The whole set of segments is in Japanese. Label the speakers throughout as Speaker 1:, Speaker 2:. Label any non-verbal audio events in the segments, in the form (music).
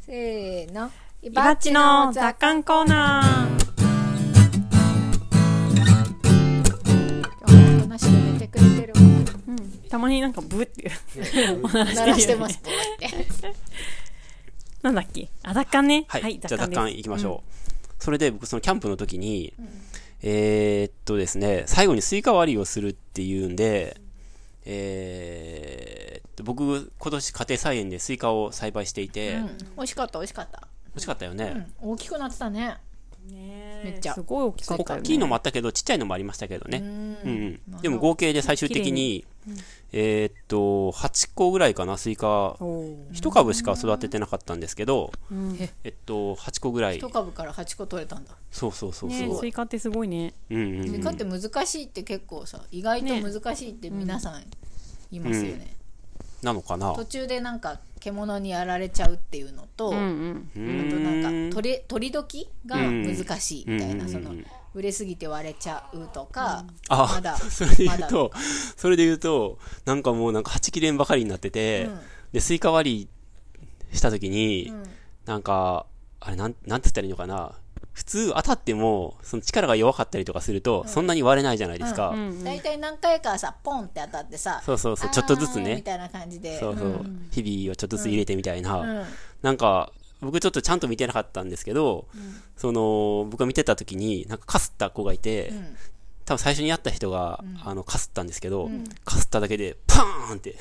Speaker 1: せーの。イ
Speaker 2: イバッチの雑
Speaker 1: 雑
Speaker 2: 感コーナー
Speaker 1: 今日話で寝てくれてるもん。
Speaker 2: たまになんかブっていうお (laughs) 鳴ら
Speaker 1: 鳴ら
Speaker 2: し
Speaker 1: してて
Speaker 2: るよ
Speaker 1: ま
Speaker 2: ね
Speaker 1: す。こうやって
Speaker 2: なんだっけあ雑感ね
Speaker 3: はい、じゃあ
Speaker 2: 雑
Speaker 3: 奪
Speaker 2: 感
Speaker 3: 還
Speaker 2: です
Speaker 3: 行きましょう、それで僕そのキャンプの時に、えーっとですね最後にスイカ割りをするっていうんで、えーっと僕今年家庭菜園でスイカを栽培していて、
Speaker 1: う
Speaker 3: 美
Speaker 1: ん美味しかった、美味しかった。
Speaker 3: 味しかったよ
Speaker 1: う
Speaker 3: ね、
Speaker 1: ん大きくなってたね。
Speaker 2: ねえ
Speaker 1: めっちゃ
Speaker 2: すごい大きかったよ
Speaker 3: 大
Speaker 2: ね
Speaker 3: きいのもあったけどちっちゃいのもありましたけどね、うんう
Speaker 1: な
Speaker 3: ん
Speaker 1: るほど
Speaker 3: でも合計で最終的に、えーっと8個ぐらいかなスイカ
Speaker 2: おー
Speaker 3: 1株しか育ててなかったんですけど、
Speaker 2: うんね
Speaker 3: えっと8個ぐらい
Speaker 1: 一株から八個取れたんだ。
Speaker 3: そうそうそうそう、
Speaker 2: えスイカってすごいね
Speaker 3: うんうんうん
Speaker 1: スイカって難しいって結構さ、意外と
Speaker 2: ね
Speaker 1: 難しいって皆さん言いますよね。
Speaker 3: なのかな
Speaker 1: 途中でなんか獣にやられちゃうっていうのと、
Speaker 2: うん
Speaker 1: あ
Speaker 2: うん
Speaker 3: う
Speaker 1: と
Speaker 3: ー
Speaker 1: なんか取れ取り時が難しいみたい
Speaker 3: うん
Speaker 1: な、
Speaker 3: うん
Speaker 1: その売れすぎて割れちゃうとか、
Speaker 3: あ、
Speaker 1: まだ
Speaker 3: それで (laughs) 言うと、それで言うと、なんかもうなんか8切れんばかりになってて、
Speaker 1: うん
Speaker 3: で、スイカ割りした時に、
Speaker 1: うん
Speaker 3: なんか、あれ、なん、なんて言ったらいいのかな。普通当たっても、その力が弱かったりとかすると、そんなに割れないじゃないですか。
Speaker 2: うんうん
Speaker 1: 大体何回かさポンって当たってさ
Speaker 3: そうそうそう
Speaker 1: あー
Speaker 3: ちょっとずつね
Speaker 1: みたいな感じで
Speaker 3: そうそう。日々をちょっとずつ入れてみたいな。
Speaker 1: うんうん
Speaker 3: なんか、僕ちょっとちゃんと見てなかったんですけど、その、僕が見てた時に、なんかかすった子がいて、
Speaker 1: うん
Speaker 3: 多分最初に会った人が、あの、かすったんですけど、かすっただけで、パーンって、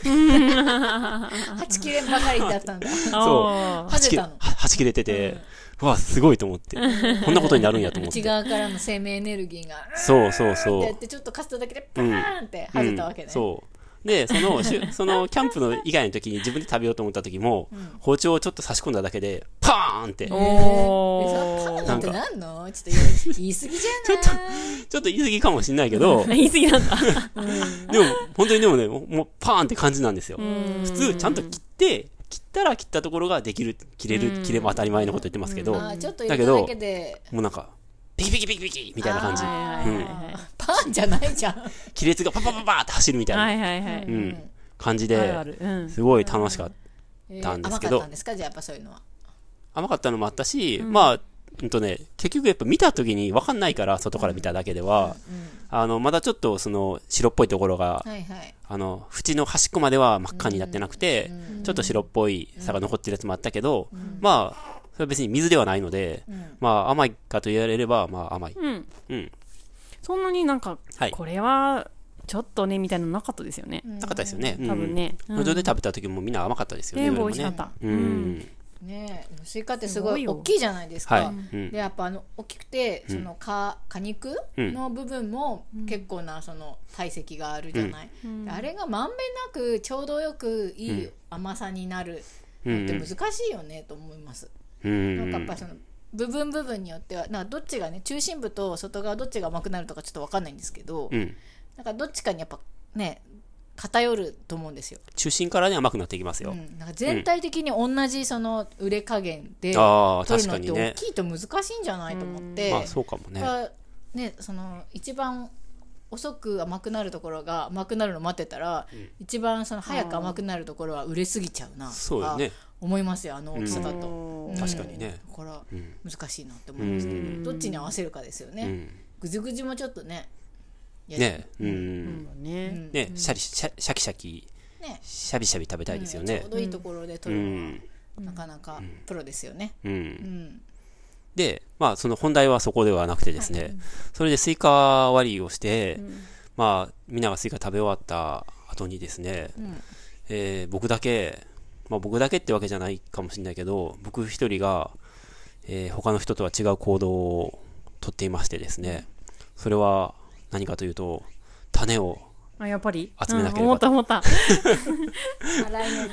Speaker 1: 8切れんばかりだったん
Speaker 3: (laughs)
Speaker 1: だ
Speaker 2: あー
Speaker 3: はち切れ
Speaker 1: はじけ
Speaker 3: はち切れてて、うわ、すごいと思って。こんなことになるんやと思
Speaker 1: (laughs)
Speaker 3: っ
Speaker 1: 内
Speaker 3: て。
Speaker 1: 側からの生命エネルギーが
Speaker 3: そうそう
Speaker 1: うんって
Speaker 3: そ
Speaker 1: やっ
Speaker 3: う。
Speaker 1: てちょっとかすっただけでパーンって弾けたわけ
Speaker 3: う
Speaker 1: ね
Speaker 3: ん、そう。で、その、しゅ (laughs) その、キャンプの以外の時に自分で食べようと思った時も、包丁をちょっと差し込んだだけで、パーンって。ちょっ
Speaker 1: えそのパー
Speaker 2: お
Speaker 1: ン
Speaker 3: な
Speaker 1: っ
Speaker 3: ん
Speaker 1: て
Speaker 3: か
Speaker 1: なんのちょっと言い言い過ぎじゃないちょっ
Speaker 3: と言い過ぎかもしんないけど
Speaker 2: ー、 (laughs) 言い過ぎなんだ
Speaker 3: でも、本当にでもね、もうもうパーンって感じなんですよ。普通、ちゃんと切って、切ったら切ったところができる、切れる、切れば当たり前のこと言ってますけど、
Speaker 1: あーちょっと
Speaker 3: だ
Speaker 1: 入
Speaker 3: け
Speaker 1: れただ
Speaker 3: ど
Speaker 1: け、で
Speaker 3: もうなんか、ピキピキピキピキみたいな感じ。
Speaker 2: はいはいはいはい
Speaker 1: パーンじゃないじゃん
Speaker 3: 亀裂がパパパパーって走るみたいな。
Speaker 2: はいはいはい
Speaker 3: うん、感じで、
Speaker 2: あるあるうん
Speaker 3: すごい楽しかった。
Speaker 1: えー
Speaker 3: たんで
Speaker 1: 甘か
Speaker 3: すけ
Speaker 1: っ
Speaker 3: ど
Speaker 1: たんですかじゃあやっぱそういうのは
Speaker 3: 甘かったのもあったし、まあ、うんとね、結局やっぱ見た時に分かんないから、外から見ただけでは、あの、まだちょっとその白っぽいところが、
Speaker 1: はいはい
Speaker 3: あの、縁の端っこまでは真っ赤になってなくて、ちょっと白っぽい差が残ってるやつもあったけど、まあ、それは別に水ではないので、まあ甘いかと言われれば、まあ甘い。
Speaker 2: うん
Speaker 3: うん。
Speaker 2: そんなになんか
Speaker 3: はい
Speaker 2: これはちょっとねみたいなのなかったですよね
Speaker 3: なかったですよね。うん
Speaker 2: 多分ね
Speaker 3: 路上で食べた時もみんな甘かったですよね。
Speaker 2: 全部
Speaker 3: ど
Speaker 2: 美
Speaker 3: れも
Speaker 2: 味しかっ
Speaker 3: ね。
Speaker 2: た
Speaker 3: うん。
Speaker 1: ねえスイカってす
Speaker 2: す
Speaker 1: ご
Speaker 2: ごい
Speaker 1: い
Speaker 2: よ
Speaker 1: 大きいじゃないですか、
Speaker 3: はいうん
Speaker 1: でやっぱあの大きくてその果果肉
Speaker 3: うん
Speaker 1: の部分も結構なその体積があるじゃない、であれがまんべんなくちょうどよくいい甘さになるのって難しいよねと思います、
Speaker 3: うん。
Speaker 1: なんかやっぱその部分部分によってはなんかどっちがね中心部と外側どっちが甘くなるとかちょっと分かんないんですけど、
Speaker 3: うん。
Speaker 1: なんかどっちかにやっぱね偏ると思うんですよ、
Speaker 3: 中心からね、甘くなっていきますよ。
Speaker 1: うん、なんか全体的に同じその売れ加減で、
Speaker 3: ああ、
Speaker 1: 取る
Speaker 3: 確
Speaker 1: の
Speaker 3: か
Speaker 1: っ
Speaker 3: に
Speaker 1: て大
Speaker 3: ね。
Speaker 1: きいと難しいんじゃないと思って、
Speaker 3: まあ、そうかもね。
Speaker 1: だからねその一番遅く甘くなるところが甘くなるの待ってたら、一番その早く甘くなるところは売れすぎちゃうな
Speaker 3: そう
Speaker 1: と
Speaker 3: よ
Speaker 1: か
Speaker 3: ね
Speaker 1: 思いますよあの大きさだと、
Speaker 2: お
Speaker 1: うん
Speaker 2: ー
Speaker 3: 確かにね
Speaker 1: だから
Speaker 3: うん
Speaker 1: 難しいなって思いますけど、
Speaker 3: うん
Speaker 1: どっちに合わせるかですよね、
Speaker 3: うん。
Speaker 1: ぐじゅぐじゅもちょっとねや
Speaker 3: ねう。
Speaker 2: うんん
Speaker 1: う
Speaker 2: ね
Speaker 1: ん
Speaker 3: ねシャリ、シャシャキシャキ、
Speaker 1: ね
Speaker 3: シャビシャビ食べたいですよ
Speaker 1: うんち
Speaker 3: ね
Speaker 1: ょう。どいいところで
Speaker 3: う
Speaker 1: 取るのは
Speaker 3: ん。
Speaker 1: なかなかプロですよね
Speaker 3: う。
Speaker 1: うんん
Speaker 3: で、まあ、その本題はそこではなくてですね、それでスイカ割りをして、まあ、みんながスイカ食べ終わった後にですね、えー僕だけ、まあ僕だけってわけじゃないかもしれないけど、僕一人が、えー他の人とは違う行動をとっていましてですね、それは何かというと、種を
Speaker 2: あやっぱり
Speaker 3: 集めなければ
Speaker 2: うん思った思った
Speaker 1: あ来年の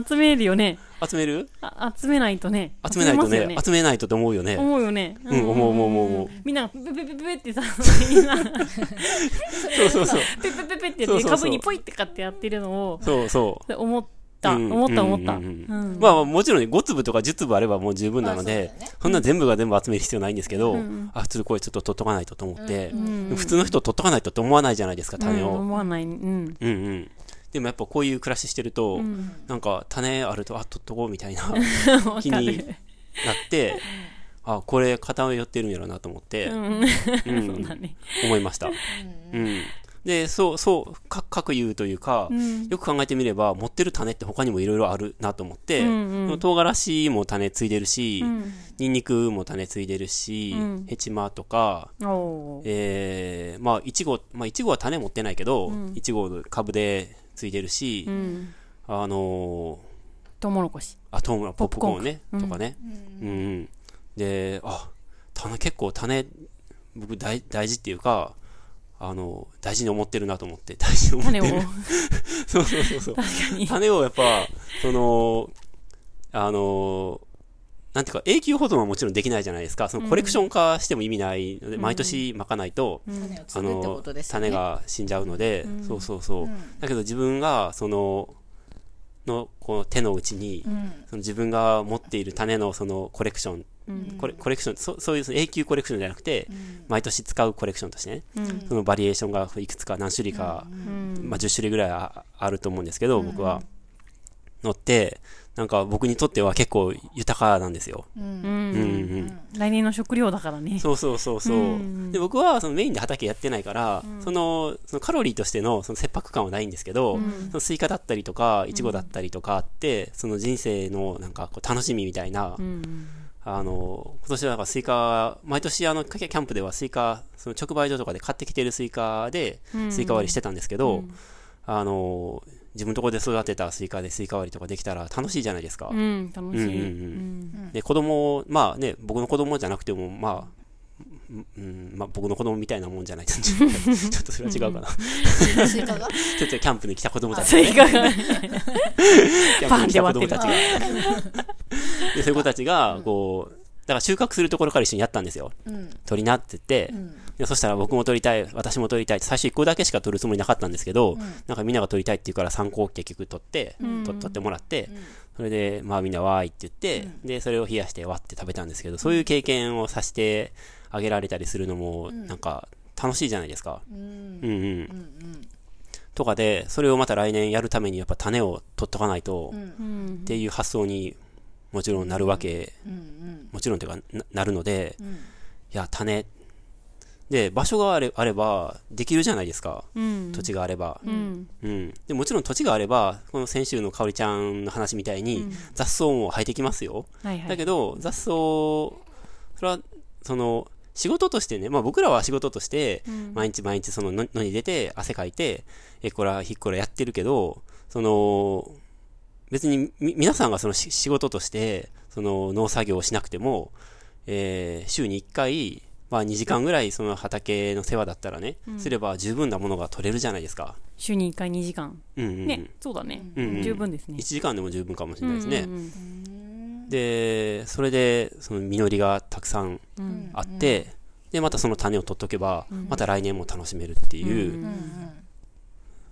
Speaker 2: 種集めるよね
Speaker 3: 集める
Speaker 2: あ集めないとね
Speaker 3: 集めないと
Speaker 2: ます
Speaker 3: ね
Speaker 2: よ
Speaker 3: 集めないとって思うよね。
Speaker 2: 思うよね
Speaker 3: うん、思う思う思う思う。
Speaker 2: みんながペペペペペって
Speaker 3: (laughs)
Speaker 2: さ、みんな
Speaker 3: そうそうそう。
Speaker 2: ペペペペって
Speaker 3: そ
Speaker 2: や
Speaker 3: う
Speaker 2: って、
Speaker 3: そうそう
Speaker 2: 株にポイってかってやってるのを、
Speaker 3: そうそう。
Speaker 2: 思った、
Speaker 3: うん
Speaker 2: 思った思った。う
Speaker 3: う
Speaker 2: ん
Speaker 3: うん
Speaker 2: ん
Speaker 3: まあもちろんね5粒とか10粒あればもう十分なの
Speaker 1: まあ
Speaker 3: で
Speaker 1: そうだよね、
Speaker 3: そんな全部が全部集める必要ないんですけど
Speaker 2: うんうん、
Speaker 3: あ、普通これちょっと取っとかないとと思って
Speaker 1: う、
Speaker 2: うん
Speaker 3: 普通の人取っとかないとって思わないじゃないですか、種
Speaker 2: うん
Speaker 3: を。
Speaker 2: 思わない。うん。
Speaker 3: うんうん。でもやっぱこういう暮らししてると、
Speaker 2: うん
Speaker 3: なんか種あると、あ、取っとこうみたいな
Speaker 2: わ
Speaker 3: 気
Speaker 2: か
Speaker 3: に
Speaker 2: る。
Speaker 3: なって、あ、これ偏ってるんやろなと思って、
Speaker 2: うん。
Speaker 3: うん
Speaker 2: そうだね。
Speaker 3: 思いました。うん。で、そう、そう、か、かく言うというか、
Speaker 2: うん。
Speaker 3: よく考えてみれば、持ってる種って他にもいろいろあるなと思って、
Speaker 2: うんうん
Speaker 3: でも唐辛子も種ついてるし、
Speaker 2: うん
Speaker 3: ニンニクも種ついてるし、
Speaker 2: うん
Speaker 3: ヘチマとか、
Speaker 2: おー
Speaker 3: えー、まあ、いちご、まあ、いちごは種持ってないけど
Speaker 2: うん、
Speaker 3: いちごの株でついてるし、
Speaker 2: うん。
Speaker 3: あの
Speaker 2: トウモロコシ。
Speaker 3: ー、あ、トウモロポップコーンね、
Speaker 2: ポップコーン
Speaker 3: とかね、うん、うん。で、あ、種、結構種、僕大、大事っていうか、あの、大事に思ってるなと思って、大事に思って
Speaker 2: 種を。
Speaker 3: る。
Speaker 2: 確
Speaker 3: (laughs) そうそうそうそう。
Speaker 2: かに。
Speaker 3: 種をやっぱ、その、あの、なんていうか、永久保存はもちろんできないじゃないですか。そのコレクション化しても意味ないので、毎年まかないと、
Speaker 1: 種を作
Speaker 3: あ
Speaker 1: るってこ
Speaker 3: の
Speaker 1: とで、すよね
Speaker 3: 種が死んじゃうので、そうそうそう。
Speaker 1: うん
Speaker 3: だけど自分が、その、の、この手の内に、
Speaker 1: うん
Speaker 3: その自分が持っている種のそのコレクション、
Speaker 2: うん
Speaker 3: コレコレクション、そそういうその永久コレクションじゃなくて、毎年使うコレクションとしてね、
Speaker 2: うん
Speaker 3: そのバリエーションがいくつか何種類か
Speaker 2: うん。
Speaker 3: まあ、10種類ぐらいああると思うんですけど、僕は。乗って、なんか僕にとっては結構豊かなんですよ。
Speaker 1: う
Speaker 2: うん
Speaker 3: うんんうん。
Speaker 2: 来年の食料だからね。
Speaker 3: そうそうそうそうう。
Speaker 2: ん
Speaker 3: で、僕はそのメインで畑やってないから、その、そのカロリーとしてのその切迫感はないんですけど、
Speaker 2: ん
Speaker 3: そのスイカだったりとか、イチゴだったりとかあって、その人生のなんかこう楽しみみたいな、
Speaker 2: うん。
Speaker 3: あの、今年はなんかスイカ、毎年あの、キャンプではスイカ、その直売所とかで買ってきてるスイカで、スイカ割りしてたんですけど、あの、自分のところで育てたスイカでスイカ割りとかできたら楽しいじゃないですか。
Speaker 2: うん。楽しい。
Speaker 3: うんうんう
Speaker 2: うん
Speaker 3: で、子供、まあね、僕の子供じゃなくても、まあ、うんうんまあ、僕の子供みたいなもんじゃないちょっとそれは違うかな。
Speaker 1: スイカが
Speaker 3: ちょっとキャンプに来た子供たち
Speaker 2: ス
Speaker 3: が、
Speaker 2: イ
Speaker 3: ね、
Speaker 2: カが。
Speaker 3: キャンプに来た子供たちが。で、そういう子たちが、こう、だから収穫するところから一緒にやったんですよ。
Speaker 1: うん
Speaker 3: 取りなって言って、
Speaker 1: うん
Speaker 3: でそしたら僕も取りたい、私も取りたいって、最初1個だけしか取るつもりなかったんですけど、
Speaker 1: ん
Speaker 3: なんかみんなが取りたいって言うから3個を結局取って、
Speaker 2: うん
Speaker 3: と取ってもらって、それで、まあみんなわーいって言って、で、それを冷やしてわって食べたんですけど、そういう経験をさせてあげられたりするのも、なんか楽しいじゃないですか。
Speaker 1: うん
Speaker 3: うんうん
Speaker 1: う。ん
Speaker 3: とかで、それをまた来年やるためにやっぱ種を取っとかないと、
Speaker 1: うん
Speaker 3: っ
Speaker 2: うん
Speaker 3: ていう発想にもちろんなるわけ、
Speaker 1: うんうん
Speaker 3: もちろんというかななるので、
Speaker 1: うん
Speaker 3: いや、種。で、場所があれあれば、できるじゃないですか。
Speaker 2: うん
Speaker 3: 土地があれば。
Speaker 2: うん。
Speaker 3: うん。で、もちろん土地があれば、この先週のかおりちゃんの話みたいに、雑草も生えてきますよ。
Speaker 2: はいは
Speaker 3: だ
Speaker 2: い。
Speaker 3: けど、雑草、それは、その、仕事としてね、まあ僕らは仕事として、毎日毎日そのの野に出て、汗かいて、えっこら、ひっこらやってるけど、その、別にみ皆さんがそのし仕事として、その農作業をしなくても、えー週に1回、まあ2時間ぐらいその畑の世話だったらね、すれば十分なものが取れるじゃないですか。
Speaker 2: 週に1回2時間。
Speaker 3: うんうんうん、
Speaker 2: ね、そうだね
Speaker 3: うんうん。
Speaker 2: 十分ですね
Speaker 3: 1。時間でも十分かもしれないですね。
Speaker 2: うんうん
Speaker 3: で、それで、その実りがたくさん
Speaker 2: うん
Speaker 3: あって、で、またその種を取っとけば、また来年も楽しめるっていう、
Speaker 2: うん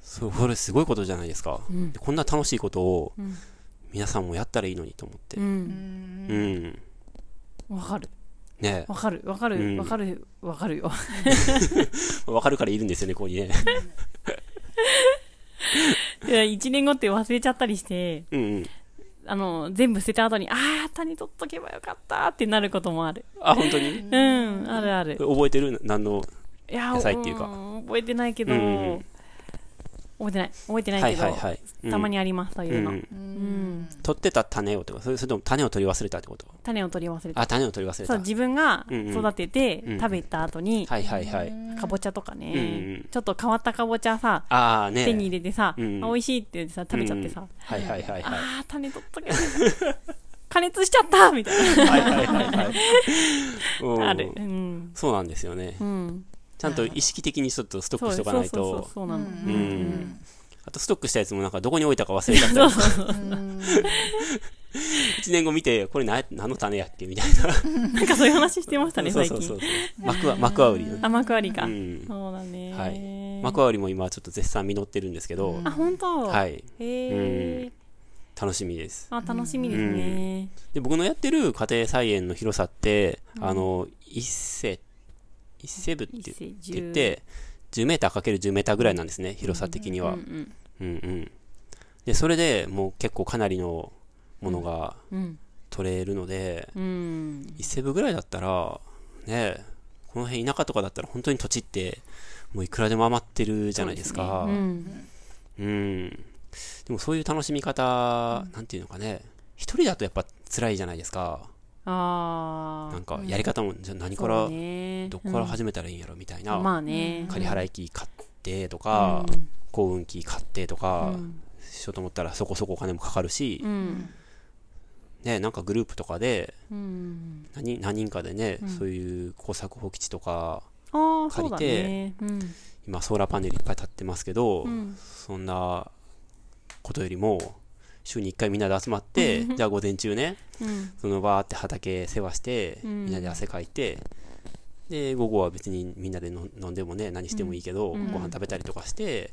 Speaker 3: そうこれすごいことじゃないですか、
Speaker 2: ん
Speaker 3: でこんな楽しいことを
Speaker 2: ん
Speaker 3: 皆さんもやったらいいのにと思って。
Speaker 2: う
Speaker 3: うん
Speaker 2: んわかる。
Speaker 3: ね
Speaker 2: わかる。わか
Speaker 3: うん
Speaker 2: る。わかる。わかるよ。 (laughs)
Speaker 3: えわかるからいるんですよね、ここにね。 (laughs)
Speaker 2: いや一年後って忘れちゃったりして、
Speaker 3: うんうん。
Speaker 2: あの、全部捨てた後に、ああ、種取っとけばよかったってなることもある。
Speaker 3: あ、本当に
Speaker 2: うん、あるある。
Speaker 3: 覚えてる何の。
Speaker 2: いや
Speaker 3: 野菜っていうか
Speaker 2: ん覚えてないけど、
Speaker 3: うん
Speaker 2: 覚えてない。覚えてな
Speaker 3: はいい
Speaker 2: け
Speaker 3: はい
Speaker 2: ど、
Speaker 3: はい。
Speaker 2: たまに
Speaker 3: あ
Speaker 2: あります、そう
Speaker 3: る
Speaker 2: いうの。
Speaker 3: ん。取ってた種をってことそれそれとも種を取り忘れたってこと
Speaker 2: 種を取り忘れた。
Speaker 3: あ、種を取り忘れ
Speaker 2: そう、
Speaker 3: た。
Speaker 2: 自分が
Speaker 3: うんうん
Speaker 2: 育て
Speaker 3: うん
Speaker 2: て食べた後に、
Speaker 3: はいはいはい。
Speaker 2: かぼちゃとか
Speaker 3: うんう
Speaker 2: ね
Speaker 3: ん、
Speaker 2: ちょっと変わったかぼちゃさ、
Speaker 3: ああね。
Speaker 2: 手に入れてさ、あ
Speaker 3: う
Speaker 2: 美
Speaker 3: ん
Speaker 2: 味しいって言ってさ、食べちゃって
Speaker 3: うん
Speaker 2: さ、
Speaker 3: はいはいはい
Speaker 2: (laughs)
Speaker 3: はい。
Speaker 2: あー、種取っとけばよかった。加熱しちゃったみたい
Speaker 3: はいはいはいはい。うん
Speaker 2: な。ある。うん。
Speaker 3: そうなんですよね
Speaker 2: う。ん。
Speaker 3: ちゃんと意識的にちょっとストッ
Speaker 2: そ
Speaker 3: ク
Speaker 2: う
Speaker 3: し
Speaker 2: そ
Speaker 3: と
Speaker 2: う
Speaker 3: か
Speaker 2: そ
Speaker 3: な
Speaker 2: う
Speaker 3: い
Speaker 2: そう
Speaker 3: と。
Speaker 2: そうなの。
Speaker 3: う
Speaker 2: うん
Speaker 3: ん。あとストックしたやつもなんかどこに置いたか忘れちゃったり (laughs) とか。1年後見て、これ何何の種やっけみたいな。
Speaker 2: なんかそういう話してましたね、
Speaker 3: そう
Speaker 2: 最
Speaker 3: そうそ
Speaker 2: 近
Speaker 3: う。そう。マクワ、マクワウリの。
Speaker 2: あ、幕張か
Speaker 3: う。ん。
Speaker 2: そうだね。
Speaker 3: はいマクワウリも今ちょっと絶賛実ってるんですけど、
Speaker 2: あ、本当。
Speaker 3: はい。
Speaker 2: へえ。
Speaker 3: 楽しみです。
Speaker 2: あ、楽しみですね。
Speaker 3: で、僕のやってる家庭菜園の広さって、あの、一世、一世部って
Speaker 2: 一
Speaker 3: 言って
Speaker 2: 世
Speaker 3: 言っ
Speaker 2: 十。
Speaker 3: て、10メーター ×10 メーターぐらいなんですね、広さ的に
Speaker 2: うんう
Speaker 3: は。
Speaker 2: ん。
Speaker 3: ううんうん。で、それでもう結構かなりのものが
Speaker 2: うん。
Speaker 3: 取れるので、
Speaker 2: うん。
Speaker 3: 伊勢部ぐらいだったら、ねえ、この辺田舎とかだったら本当に土地って、もういくらでも余ってるじゃないですか。
Speaker 2: うん。
Speaker 3: うん。でもそういう楽しみ方、なんていうのかね、一人だとやっぱ辛いじゃないですか。
Speaker 2: あ
Speaker 3: な
Speaker 2: あ
Speaker 3: ん。かやり方も、じゃあ何
Speaker 2: そ
Speaker 3: か
Speaker 2: う
Speaker 3: ら、
Speaker 2: ね
Speaker 3: どこから始めたらいいんやろみたいな。
Speaker 2: まあね。
Speaker 3: 仮払い機買ってとか、
Speaker 2: うん
Speaker 3: 幸運機買ってとか、
Speaker 2: うん
Speaker 3: しようと思ったらそこそこお金もかかるし、
Speaker 2: うん。
Speaker 3: ね、なんかグループとかで
Speaker 2: うん。
Speaker 3: 何何人かでね、そういう工作放棄地とか
Speaker 2: ああ、そう
Speaker 3: 借り
Speaker 2: だ
Speaker 3: て
Speaker 2: ね。うん。
Speaker 3: 今ソーラーパネルいっぱい立ってますけど、
Speaker 2: ん
Speaker 3: そんなことよりも週に1回みんなで集まってじゃあ午前中ね
Speaker 2: うん。
Speaker 3: そのバーって畑世話して、
Speaker 2: うん
Speaker 3: みんなで汗かいてで午後は別にみんなでの飲んでもね何してもいいけど、ご飯食べたりとかして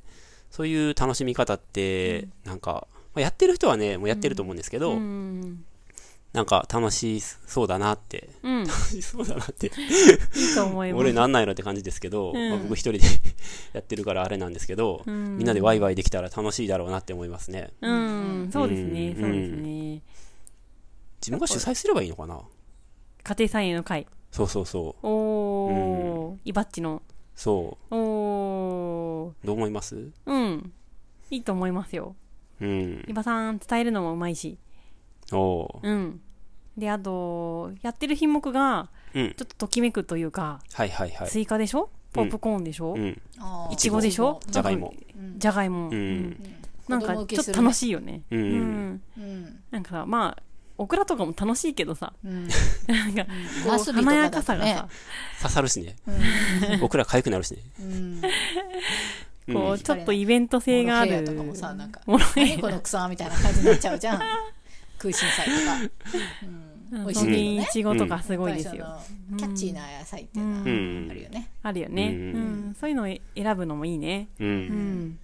Speaker 3: そういう楽しみ方って、なんか、まあやってる人はねもうやってると思うんですけど、
Speaker 2: うん。
Speaker 3: なんか楽しそうだなって
Speaker 2: うん。
Speaker 3: 楽しそうだなって
Speaker 2: いいと思います。
Speaker 3: 俺なんないのって感じですけど、
Speaker 2: うん
Speaker 3: まあ、僕一人で (laughs) やってるからあれなんですけど、
Speaker 2: ん
Speaker 3: みんなでワイワイできたら楽しいだろうなって思いますね
Speaker 2: うん。そうですね。
Speaker 3: うん
Speaker 2: そうですね。
Speaker 3: 自分が主催すればいいのかな
Speaker 2: 家庭菜園の会。
Speaker 3: そうそうそう
Speaker 2: おー。イバッチの。
Speaker 3: そ
Speaker 2: おー。
Speaker 3: うどう思います
Speaker 2: うん。いいと思いますよ。
Speaker 3: うん
Speaker 2: イバさん、伝えるのもうまいし。
Speaker 3: おお
Speaker 2: うん。で、あと、やってる品目が、
Speaker 3: ううん
Speaker 2: ちょっとときめくというか、
Speaker 3: はいはいはい
Speaker 2: スイカでしょポップコーンでしょ
Speaker 3: うん
Speaker 1: あー
Speaker 2: いちごでしょ
Speaker 3: じゃがいも
Speaker 1: うん
Speaker 2: じゃがいも。
Speaker 3: う
Speaker 2: うん
Speaker 3: ん
Speaker 2: なん
Speaker 1: 子
Speaker 2: か、
Speaker 1: 供受
Speaker 2: ち
Speaker 1: け
Speaker 2: ょっ
Speaker 1: す
Speaker 2: と
Speaker 1: る
Speaker 2: 楽しいよね。
Speaker 3: うん
Speaker 2: う
Speaker 3: うん
Speaker 2: ん。
Speaker 1: うん
Speaker 2: なんかさ、まあ、オクラとかも楽しいけどさ、
Speaker 1: うん
Speaker 2: なんか、こ
Speaker 1: ラ
Speaker 2: う
Speaker 1: スビーとかだとね
Speaker 2: 華やかさがさ、
Speaker 3: 刺さるしね (laughs) 僕ら痒くなるしね
Speaker 1: うん
Speaker 3: うん
Speaker 2: こう、ちょっとイベント性があ
Speaker 1: モロヘイ
Speaker 2: る。
Speaker 1: ヤとかもさなんか
Speaker 2: モロヘイヤ
Speaker 1: 何この草みたいな感じになっちゃうじゃん空心菜とかうん美味しい
Speaker 2: 本
Speaker 1: け
Speaker 2: 当
Speaker 1: ど
Speaker 2: に
Speaker 1: ね
Speaker 2: いちごとかすごいです
Speaker 1: や
Speaker 2: よ。
Speaker 1: っぱりそのキャッチーな野菜っていう
Speaker 3: う
Speaker 1: の
Speaker 3: ん
Speaker 1: はあるよね
Speaker 2: あるよね。
Speaker 3: う
Speaker 2: うんん。そういうのを選ぶのもいいね。
Speaker 3: う
Speaker 2: うんん。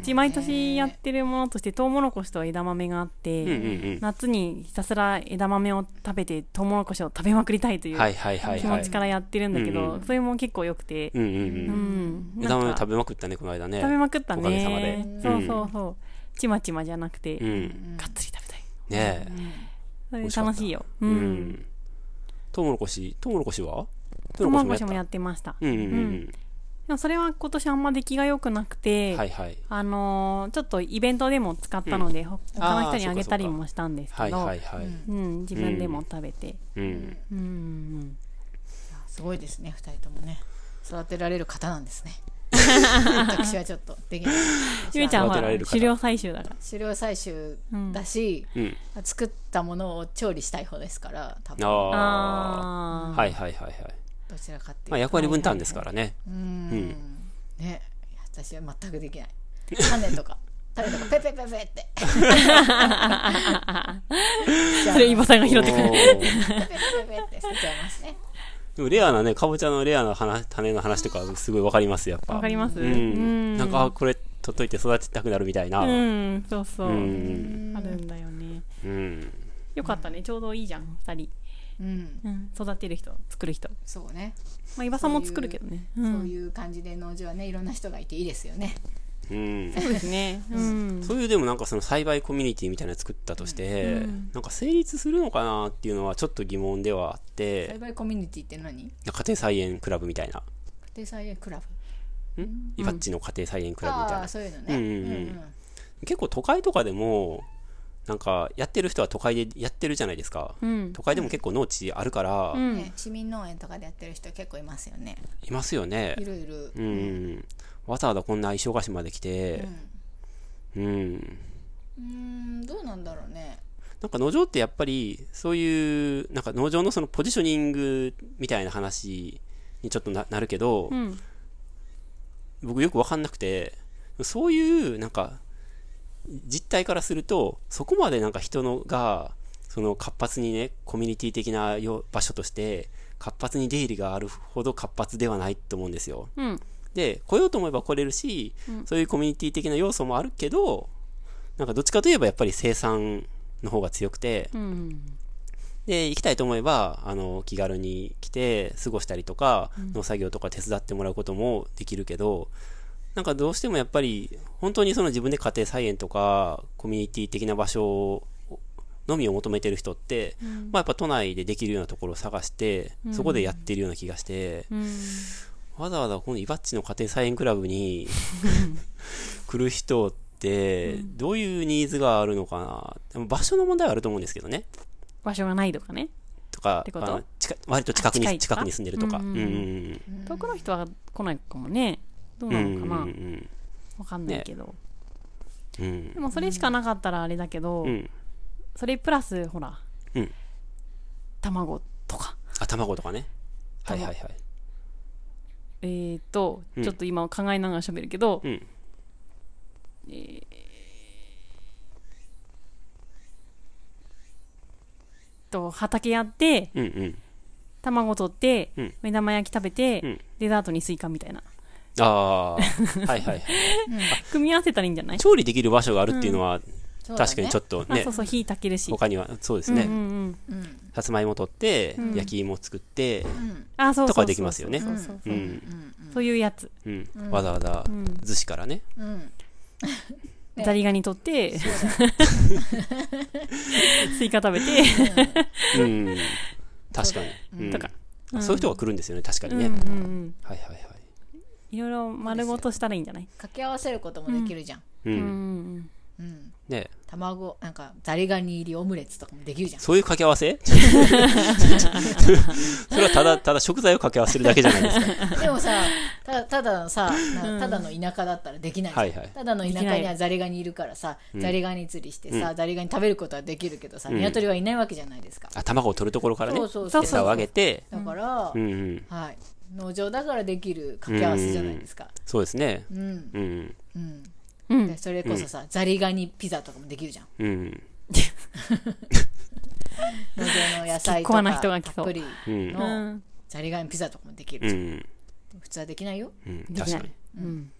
Speaker 2: うち毎年やってるものとして、トウモロコシと枝豆があっ
Speaker 3: うんうん
Speaker 2: て、
Speaker 3: う
Speaker 2: 夏にひたすら枝豆を食べて、トウモロコシを食べまくりたいとい
Speaker 3: んは
Speaker 2: う
Speaker 3: いはいはい
Speaker 2: 気
Speaker 3: は
Speaker 2: 持
Speaker 3: い
Speaker 2: ちからやってるんだけ
Speaker 3: うんう
Speaker 2: ど、それも結構良くて
Speaker 3: う。んうん
Speaker 2: う
Speaker 3: うん
Speaker 2: ん。な
Speaker 3: 枝
Speaker 2: ん
Speaker 3: 豆
Speaker 2: か
Speaker 3: 食べまくったねこの間ね
Speaker 2: 食べまくったね。
Speaker 3: おかげさまで
Speaker 2: そうそうそう。ちまちまじゃなくて、
Speaker 3: う
Speaker 2: がっつ
Speaker 3: ん
Speaker 2: り食べたい。
Speaker 3: ねえ
Speaker 2: そ
Speaker 3: 美
Speaker 2: れ
Speaker 3: 味しかった
Speaker 2: 楽しいよ。う。
Speaker 3: うんんトウモロコシ、トウモロコシは
Speaker 2: トウモロコシもや
Speaker 3: っ
Speaker 2: ってました。
Speaker 3: た。うんうんうん
Speaker 2: でもそれは今年あんま出来が良くなく
Speaker 3: うん。
Speaker 2: て、
Speaker 3: はいはい。
Speaker 2: あのーちょっとイベントでも使ったので、ほ他の人にあげたりもしたんです
Speaker 3: は
Speaker 2: け
Speaker 3: いは
Speaker 2: ど
Speaker 3: い、はい。
Speaker 2: うん、自分でも食べて。
Speaker 3: うん。
Speaker 2: うんうん
Speaker 1: すごいですね二人ともね育てられる方なんですね
Speaker 2: (laughs)
Speaker 1: 私はちょっとできない
Speaker 2: ゆめちゃん
Speaker 3: 育
Speaker 2: は
Speaker 3: てられる方
Speaker 2: 狩猟採集だから。
Speaker 1: 狩猟採集だし、
Speaker 3: うん。
Speaker 1: 作ったものを調理したい方ですから多分
Speaker 3: ああ。
Speaker 2: ああ
Speaker 3: はいはいはいはい。
Speaker 1: どちらかっていうと、
Speaker 3: まあ役割分担ですから (laughs) ね。
Speaker 1: うーんね私は全くできない種とか種とかペペペペって
Speaker 2: (laughs) ー。それ、イボさんが拾ってくれる。
Speaker 3: おー
Speaker 1: ペペペペって捨てちゃいますね
Speaker 3: でもレアなね、かぼちゃのレアな話種の話とかすごいわかります、やっぱ。
Speaker 2: わかります
Speaker 3: う
Speaker 2: うん
Speaker 3: ん。なんか、あこれ取っといて育てたくなるみたいな。
Speaker 2: う
Speaker 3: うん。
Speaker 2: ん、そうそう。
Speaker 3: う
Speaker 2: ある
Speaker 3: ん。
Speaker 2: んだよね。
Speaker 3: うん。
Speaker 2: よかったね、ちょうどいいじゃん、二人。
Speaker 1: うん
Speaker 2: うん、育てる人、作る人。
Speaker 1: そうね、
Speaker 2: まあ、伊庭さんも作るけどね。う
Speaker 1: そうんいう感じで農場はねいろんな人がいていいですよね
Speaker 3: うん。
Speaker 2: そうですね。うん。
Speaker 3: そういうでもなんかその栽培コミュニティみたいなの作ったとして、なんか成立するのかなっていうのはちょっと疑問ではあって
Speaker 1: 栽。培コミュニティって何家
Speaker 3: 家庭菜園クラブみたいな。
Speaker 1: 庭菜園クラブ
Speaker 3: んイバッチの家庭菜園クラブみたい
Speaker 1: ああ
Speaker 3: な
Speaker 1: ー。そういうのね
Speaker 3: うんうんうん結構都会とかでも、なんかやってる人は都会でやってるじゃないですか。
Speaker 2: うん。
Speaker 3: 都会でも結構農地あるから、
Speaker 1: う
Speaker 2: う
Speaker 1: んね
Speaker 2: ん。
Speaker 1: 市民農園とかでやってる人結構いますよね
Speaker 3: いますよね
Speaker 1: い。ろいろ
Speaker 3: うんうん。わざわざこんな石岡市まで来て、うん。
Speaker 1: うーんどうなんだろうね
Speaker 3: なんか農場ってやっぱり、そういう、なんか農場のそのポジショニングみたいな話にちょっとななるけど、
Speaker 2: うん。
Speaker 3: 僕よく分かんなくてそういうなんか実態からするとそこまでなんか人のがその活発にねコミュニティ的なよ場所として活発に出入りがあるほど活発ではないと思うんですよ
Speaker 2: うん。
Speaker 3: で来ようと思えば来れるし、そういうコミュニティ的な要素もあるけどなんかどっちかといえばやっぱり生産の方が強くて、
Speaker 2: うん。
Speaker 3: で、行きたいと思えば、あの、気軽に来て、過ごしたりとか、農作業とか手伝ってもらうこともできるけど、なんかどうしてもやっぱり、本当にその自分で家庭菜園とか、コミュニティ的な場所のみを求めてる人って、まあやっぱ都内でできるようなところを探して、そこでやってるような気がして、わざわざこのイバッチの家庭菜園クラブ (laughs) に来る人って、どういうニーズがあるのかな。でも場所の問題はあると思うんですけどね。
Speaker 2: 場所がないとかね。
Speaker 3: とか
Speaker 2: っ、て
Speaker 3: あ
Speaker 2: こと
Speaker 3: の近割と近くに
Speaker 2: あ近いとか
Speaker 3: 近くに住んでるとか。
Speaker 2: う
Speaker 3: うんん
Speaker 2: うん
Speaker 3: う
Speaker 2: うんん
Speaker 3: うん
Speaker 2: 遠くの人は来ないかもね。どう
Speaker 3: うんう
Speaker 2: なんのかな
Speaker 3: う。ん
Speaker 2: わかんないけど。
Speaker 3: うんうん
Speaker 2: でもそれしかなかったらあれだけど
Speaker 3: う、ん
Speaker 2: それプラス、ほら
Speaker 3: うん、
Speaker 2: 卵とか。
Speaker 3: あ卵とかねはいはいはい
Speaker 2: えーと、
Speaker 3: うん
Speaker 2: ちょっと今考えながら喋るけど、
Speaker 3: うん
Speaker 2: と畑やって、
Speaker 3: うんうん
Speaker 2: 卵取って、
Speaker 3: うん
Speaker 2: 目玉焼き食べて、
Speaker 3: うん
Speaker 2: デザートにスイカみたいな。 (laughs)
Speaker 3: ああはいはいはい
Speaker 2: 組み合わせたらいいんじゃない
Speaker 3: 調理できる場所があるっていうのは
Speaker 1: そうだね
Speaker 3: 確かにちょっと
Speaker 2: あ
Speaker 3: ね
Speaker 2: そうそう、火炊けるし。
Speaker 3: 他にはそうです
Speaker 2: うんう
Speaker 3: ね
Speaker 2: んうん。
Speaker 1: うん
Speaker 3: さつまいも取って
Speaker 2: ん
Speaker 3: 焼き芋作って
Speaker 1: うん
Speaker 2: あ、そうそうそうそう。
Speaker 3: とかはできますよね
Speaker 2: そうそう
Speaker 3: う
Speaker 2: そ
Speaker 1: う
Speaker 2: う。
Speaker 3: ん
Speaker 1: ん
Speaker 2: そういうやつ。
Speaker 3: うんわざわざ
Speaker 2: ん
Speaker 3: 逗子からね
Speaker 1: うんね
Speaker 2: ザリガニ取って、 (laughs) スイカ食べて、
Speaker 3: うん確かにうん
Speaker 2: とか
Speaker 3: あそういう人が来るんですよね確かに
Speaker 2: うん
Speaker 3: ね
Speaker 2: うんうん。
Speaker 3: はいはいはい
Speaker 2: いろいろ丸ごとしたらいいんじゃない
Speaker 1: 掛け合わせることもできるじゃん
Speaker 3: う
Speaker 2: うんん
Speaker 1: うん
Speaker 3: ね
Speaker 1: 卵なんかザリガニ入りオムレツとかもできるじゃん
Speaker 3: そういう掛け合わせ (laughs) それはただただ食材を掛け合わせるだけじゃないですか (laughs)
Speaker 1: でもさ、たただのさ、なただの田舎だったらできないじゃん
Speaker 3: はいはい
Speaker 1: ただの田
Speaker 2: でき
Speaker 1: 舎
Speaker 2: ない
Speaker 1: にはザリガニいるからさ、ザリガニ釣りしてさ、ザリガニ食べることはできるけどさ、鶏はいないわけじゃないですか。
Speaker 3: あ卵を取るところからね
Speaker 1: そうそうそう
Speaker 3: 餌をあげて
Speaker 1: だから、
Speaker 3: うんうん
Speaker 1: はい、農場だからできる掛け合わせじゃないですか。
Speaker 3: そうですね
Speaker 1: うん、
Speaker 3: うん
Speaker 1: うん。
Speaker 2: うん。うん
Speaker 1: でそれこそさ、ザリガニピザとかもできるじゃん。
Speaker 3: うん
Speaker 1: 農場の野菜と
Speaker 2: 好き食わない人
Speaker 1: か
Speaker 2: が来そ
Speaker 1: た
Speaker 2: う
Speaker 1: っぷり
Speaker 3: うん
Speaker 2: う
Speaker 1: の
Speaker 2: ん。
Speaker 1: ザリガニピザとかもでき
Speaker 3: う
Speaker 1: る。
Speaker 3: ん
Speaker 1: 普通はできないよ。
Speaker 3: うん
Speaker 2: でき
Speaker 3: 確
Speaker 2: な
Speaker 3: かに
Speaker 2: い。うん。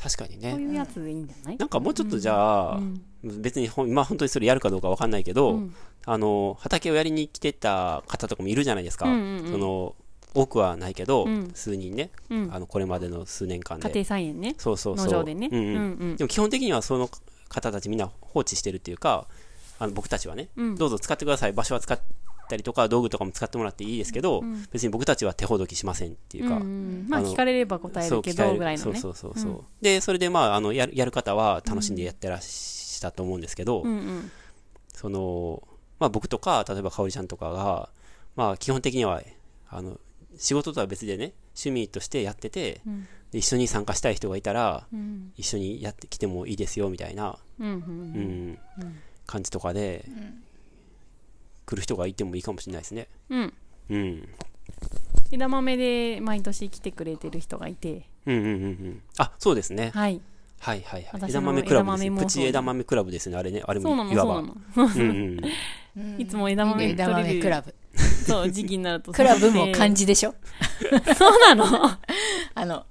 Speaker 3: 確かに
Speaker 2: こう
Speaker 3: ね
Speaker 2: いうやつでいいんじゃない
Speaker 3: なんかもうちょっとじゃあ別にほん今本当にそれやるかどうかわかんないけどあの畑をやりに来てた方とかもいるじゃないですか
Speaker 2: うんうんうん
Speaker 3: その多くはないけど
Speaker 2: うん
Speaker 3: 数人ね
Speaker 2: うん
Speaker 3: あのこれまでの数年間
Speaker 2: 家庭
Speaker 3: で
Speaker 2: 菜園ね。
Speaker 3: そうそうそう
Speaker 2: 農場でね。
Speaker 3: うんうん
Speaker 2: ん
Speaker 3: でも基本的にはその方たちみんな放置してるっていうかあの僕たちはね、
Speaker 2: うん
Speaker 3: どうぞ使ってください場所は使ったりとか道具とかも使ってもらっていいですけど、別に僕たちは手ほどきしませんっていうか、
Speaker 2: うんうんまあ
Speaker 3: あの
Speaker 2: 聞かれれば答えるけ
Speaker 3: 鍛え
Speaker 2: ど
Speaker 3: る
Speaker 2: ぐらいのね
Speaker 3: そうそうそうそう、でそれでまああのやるやる方は楽しんでやってらっしゃったと思うんですけど、
Speaker 2: うんうん
Speaker 3: そのまあ、僕とか例えば香織ちゃんとかが、まあ、基本的にはあの仕事とは別でね趣味としてやってて、
Speaker 2: ん
Speaker 3: で一緒に参加したい人がいたら
Speaker 2: うん
Speaker 3: 一緒にやってきてもいいですよみたいな
Speaker 2: うんうん
Speaker 3: うん、感じとかで、来る人がいてもいいかもしれないですね。
Speaker 2: うん
Speaker 3: うん。
Speaker 2: 枝豆で毎年来てくれてる人がいて
Speaker 3: うんうんうんうん。あ、そうですね。
Speaker 2: はい
Speaker 3: はいはい
Speaker 2: 私
Speaker 3: は
Speaker 2: も
Speaker 3: い。枝豆クラブです
Speaker 2: 枝豆
Speaker 3: ね。
Speaker 2: も
Speaker 3: プチ枝豆クラブですね。あれね。あれ
Speaker 2: そうな
Speaker 3: も
Speaker 2: の
Speaker 3: いわ
Speaker 2: そう
Speaker 3: ば。
Speaker 2: な
Speaker 3: うん
Speaker 2: の
Speaker 3: うん
Speaker 2: いつも枝豆取れ
Speaker 1: 枝
Speaker 2: る
Speaker 1: 豆クラブ。
Speaker 2: そう時期になると
Speaker 1: クラブも漢
Speaker 2: じ
Speaker 1: 字でしょ
Speaker 2: (laughs) そうなの
Speaker 1: あの、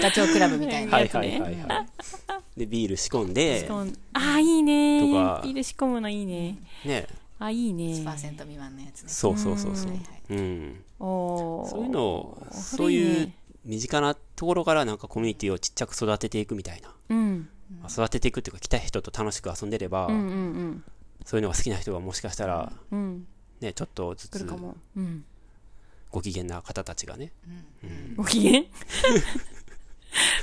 Speaker 1: ガチョウクラブみたい
Speaker 3: うん。
Speaker 1: な。
Speaker 3: はいはいはいはい。で、ビール仕込ん
Speaker 2: 仕
Speaker 3: で、
Speaker 2: 込んあーいいね
Speaker 3: とか
Speaker 2: ビール仕込むのいいね
Speaker 3: ね。
Speaker 2: あいいね
Speaker 1: 1%未満のやつね。
Speaker 3: そうそうそうそう
Speaker 1: はいはい。
Speaker 3: うん。
Speaker 2: おー
Speaker 3: そういうのを、
Speaker 2: そ
Speaker 3: そう
Speaker 2: れいいね
Speaker 3: いう身近なところからなんかコミュニティをちっちゃく育てていくみたいな。
Speaker 2: うん
Speaker 3: まあ育てていくっていうか、来た人と楽しく遊んでれば
Speaker 2: う、んうん
Speaker 3: そういうのが好きな人がもしかしたら、
Speaker 2: うんうん
Speaker 3: ね、ちょっとず
Speaker 2: 来る
Speaker 3: つ
Speaker 2: かもうん
Speaker 3: ご機嫌な方たちがね、
Speaker 2: ご機嫌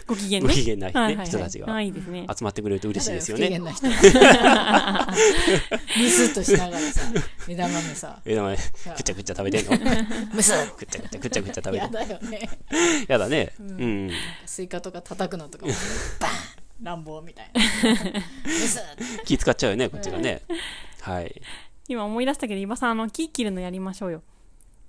Speaker 2: ご機嫌ね
Speaker 3: ご機嫌なね
Speaker 2: はいはいはい
Speaker 3: 人たちが
Speaker 2: あいいですね
Speaker 3: 集まってくれると嬉しいですよ
Speaker 1: ただ
Speaker 3: ね。
Speaker 1: 不機嫌な
Speaker 3: (laughs)
Speaker 1: 人。むすっとしながらさ、枝豆さ、
Speaker 3: え、でもね、くちゃくちゃ食べてんの
Speaker 1: むすっ
Speaker 3: くちゃくちゃくちゃくちゃ食べて
Speaker 1: や
Speaker 3: んの
Speaker 1: だよね。
Speaker 3: やだね。うん。
Speaker 1: スイカとか叩くのとかも、バーン乱暴みたいな。むすっ
Speaker 3: 気使っちゃうよね、こっちがね。はい。
Speaker 2: 今思い出したけど伊庭さんあの木切るのやりましょうよ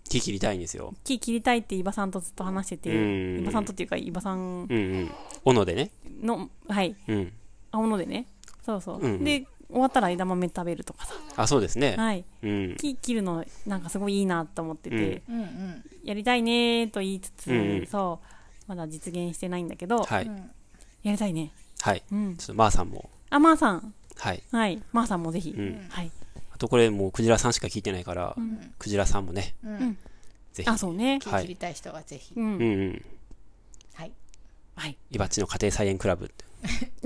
Speaker 3: 木切りたいんですよ。
Speaker 2: 木切りたいって伊庭さんとずっと話して
Speaker 3: う
Speaker 2: て
Speaker 3: ん
Speaker 2: 伊庭さんとっていうか伊庭さん
Speaker 3: うんうん。斧でね。
Speaker 2: のはい
Speaker 3: うん。
Speaker 2: 青のでねそうそう、
Speaker 3: うんうん
Speaker 2: で終わったら枝豆食べるとかさ、
Speaker 3: あ、そうですね。
Speaker 2: はい、
Speaker 3: うん。
Speaker 2: 木切るのなんかすごいいいなと思ってて、
Speaker 1: うんうん。
Speaker 2: やりたいねーと言いつつ、
Speaker 3: うんうん
Speaker 2: そうまだ実現してないんだけど、
Speaker 3: はい。
Speaker 2: やりたいね
Speaker 3: はい。
Speaker 2: うん
Speaker 3: ちょっと、まーさんも。
Speaker 2: あまー、さん
Speaker 3: はい。
Speaker 2: はいまー、さんもぜひ、
Speaker 3: うん
Speaker 2: はい
Speaker 3: あとこれもう、クジラさんしか聞いてないから、クジラさんもね、
Speaker 1: うん
Speaker 3: ぜひ。
Speaker 2: あそうね
Speaker 1: 切
Speaker 3: はい
Speaker 1: りたい人はぜひ
Speaker 2: う。ん、
Speaker 3: うんうん。
Speaker 1: はい。
Speaker 2: はい。
Speaker 3: いばっちの家庭菜園クラブって、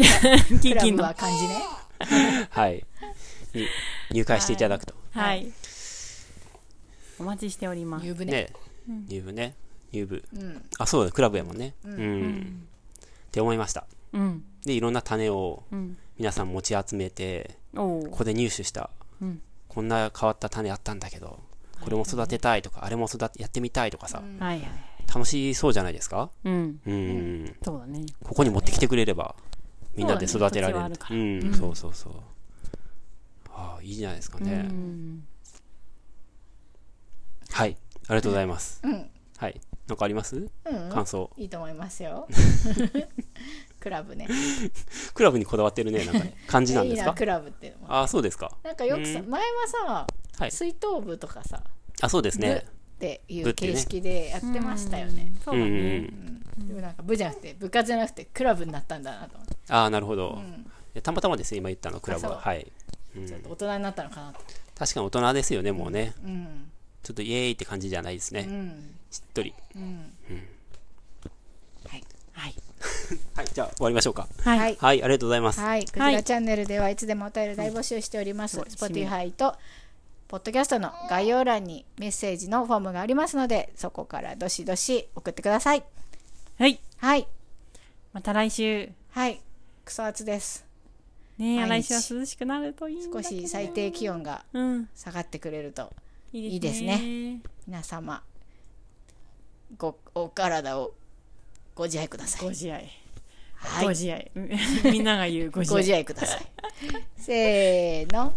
Speaker 2: キ
Speaker 1: ク
Speaker 2: ー
Speaker 1: ラ
Speaker 2: キー
Speaker 1: ブ
Speaker 2: の。
Speaker 1: は漢字ね
Speaker 2: (laughs)
Speaker 3: はい、に入会していただくと。
Speaker 2: はい。お待ちしております。
Speaker 1: 湯船、
Speaker 3: ね、入部ね、入部。
Speaker 1: うん
Speaker 3: あ、そうだ、クラブやもんね。うん。って思いました。
Speaker 2: うん。
Speaker 3: で、いろんな種を
Speaker 2: うん。
Speaker 3: 皆さん持ち集めて、
Speaker 2: おー
Speaker 3: ここで入手した、
Speaker 2: うん
Speaker 3: こんな変わった種あったんだけど、これも育てたいとか、あれも育て、やってみたいとかさ、
Speaker 2: はいはい。
Speaker 3: 楽しそうじゃないですか
Speaker 2: うん。
Speaker 3: うん。
Speaker 2: そうだね。
Speaker 3: ここに持ってきてくれれば、みんなで育てられる。
Speaker 2: そうだね土地はあるから
Speaker 3: うん、そうそうそう。ああ、いいじゃないですかね。
Speaker 2: うん。
Speaker 3: はい。ありがとうございます。
Speaker 1: うん
Speaker 3: はい。なんかあります
Speaker 1: うん
Speaker 3: 感想。
Speaker 1: いいと思います
Speaker 3: (laughs)
Speaker 1: よクラブね
Speaker 3: クラブにこだわってるね、なんか
Speaker 2: (laughs)
Speaker 3: ね。感じなん
Speaker 1: い
Speaker 3: で
Speaker 1: い
Speaker 3: す
Speaker 1: な
Speaker 3: か
Speaker 1: クラブっていうのは
Speaker 3: ああ、そうですか。
Speaker 1: なんかよくさ
Speaker 3: う
Speaker 1: 前は
Speaker 3: は
Speaker 1: さ
Speaker 3: い
Speaker 1: 水筒部とかさ
Speaker 3: あ、そうですね。
Speaker 1: ってい
Speaker 3: 部っ
Speaker 1: う
Speaker 3: てね
Speaker 1: 形式でやってましたよね
Speaker 2: そう
Speaker 3: う
Speaker 2: だ
Speaker 3: んうんう
Speaker 2: ね。
Speaker 3: ん。
Speaker 1: でもなんか部じゃなくて部活じゃなくてクラブになったんだなと思って
Speaker 3: ああ、なるほど。
Speaker 1: ん
Speaker 3: でたまたまですね、今言ったの、クラブは。
Speaker 1: あそう
Speaker 3: はい。うん
Speaker 1: ちょっと大人になったのかなと
Speaker 3: 確かに大人ですよね、もうね。
Speaker 1: うん
Speaker 3: ちょっとイエーイって感じじゃないですね。
Speaker 1: うん
Speaker 3: しっとり。
Speaker 1: うんはい
Speaker 2: はい。
Speaker 3: はい、じゃあ終わりましょうか。
Speaker 1: は
Speaker 2: はいい。
Speaker 3: はい、ありがとうございます。
Speaker 1: はい、クジラチャンネルではいつでもお便り大募集しております。
Speaker 2: うんすごい
Speaker 1: Spotify とポッドキャストの概要欄にメッセージのフォームがありますので、そこからどしどし送ってください。
Speaker 2: はい。
Speaker 1: はい、
Speaker 2: また来週。
Speaker 1: はい、クソ暑です。
Speaker 2: ねえ
Speaker 1: 毎
Speaker 2: 来
Speaker 1: 日
Speaker 2: 週は涼しくなるといいん
Speaker 1: 少
Speaker 2: だけど
Speaker 1: し最低気温が
Speaker 2: うん。
Speaker 1: 下がってくれると、
Speaker 2: い
Speaker 1: い
Speaker 2: い
Speaker 1: い
Speaker 2: で
Speaker 1: ですす
Speaker 2: ね。
Speaker 1: 皆様ごお体をご自愛くださ
Speaker 2: ご
Speaker 1: い。
Speaker 2: 自愛。
Speaker 1: は
Speaker 2: ご
Speaker 1: い、
Speaker 2: (laughs) 自愛。みんなが言うご自
Speaker 1: ご
Speaker 2: 愛 (laughs)
Speaker 1: 自。愛ください。せーの、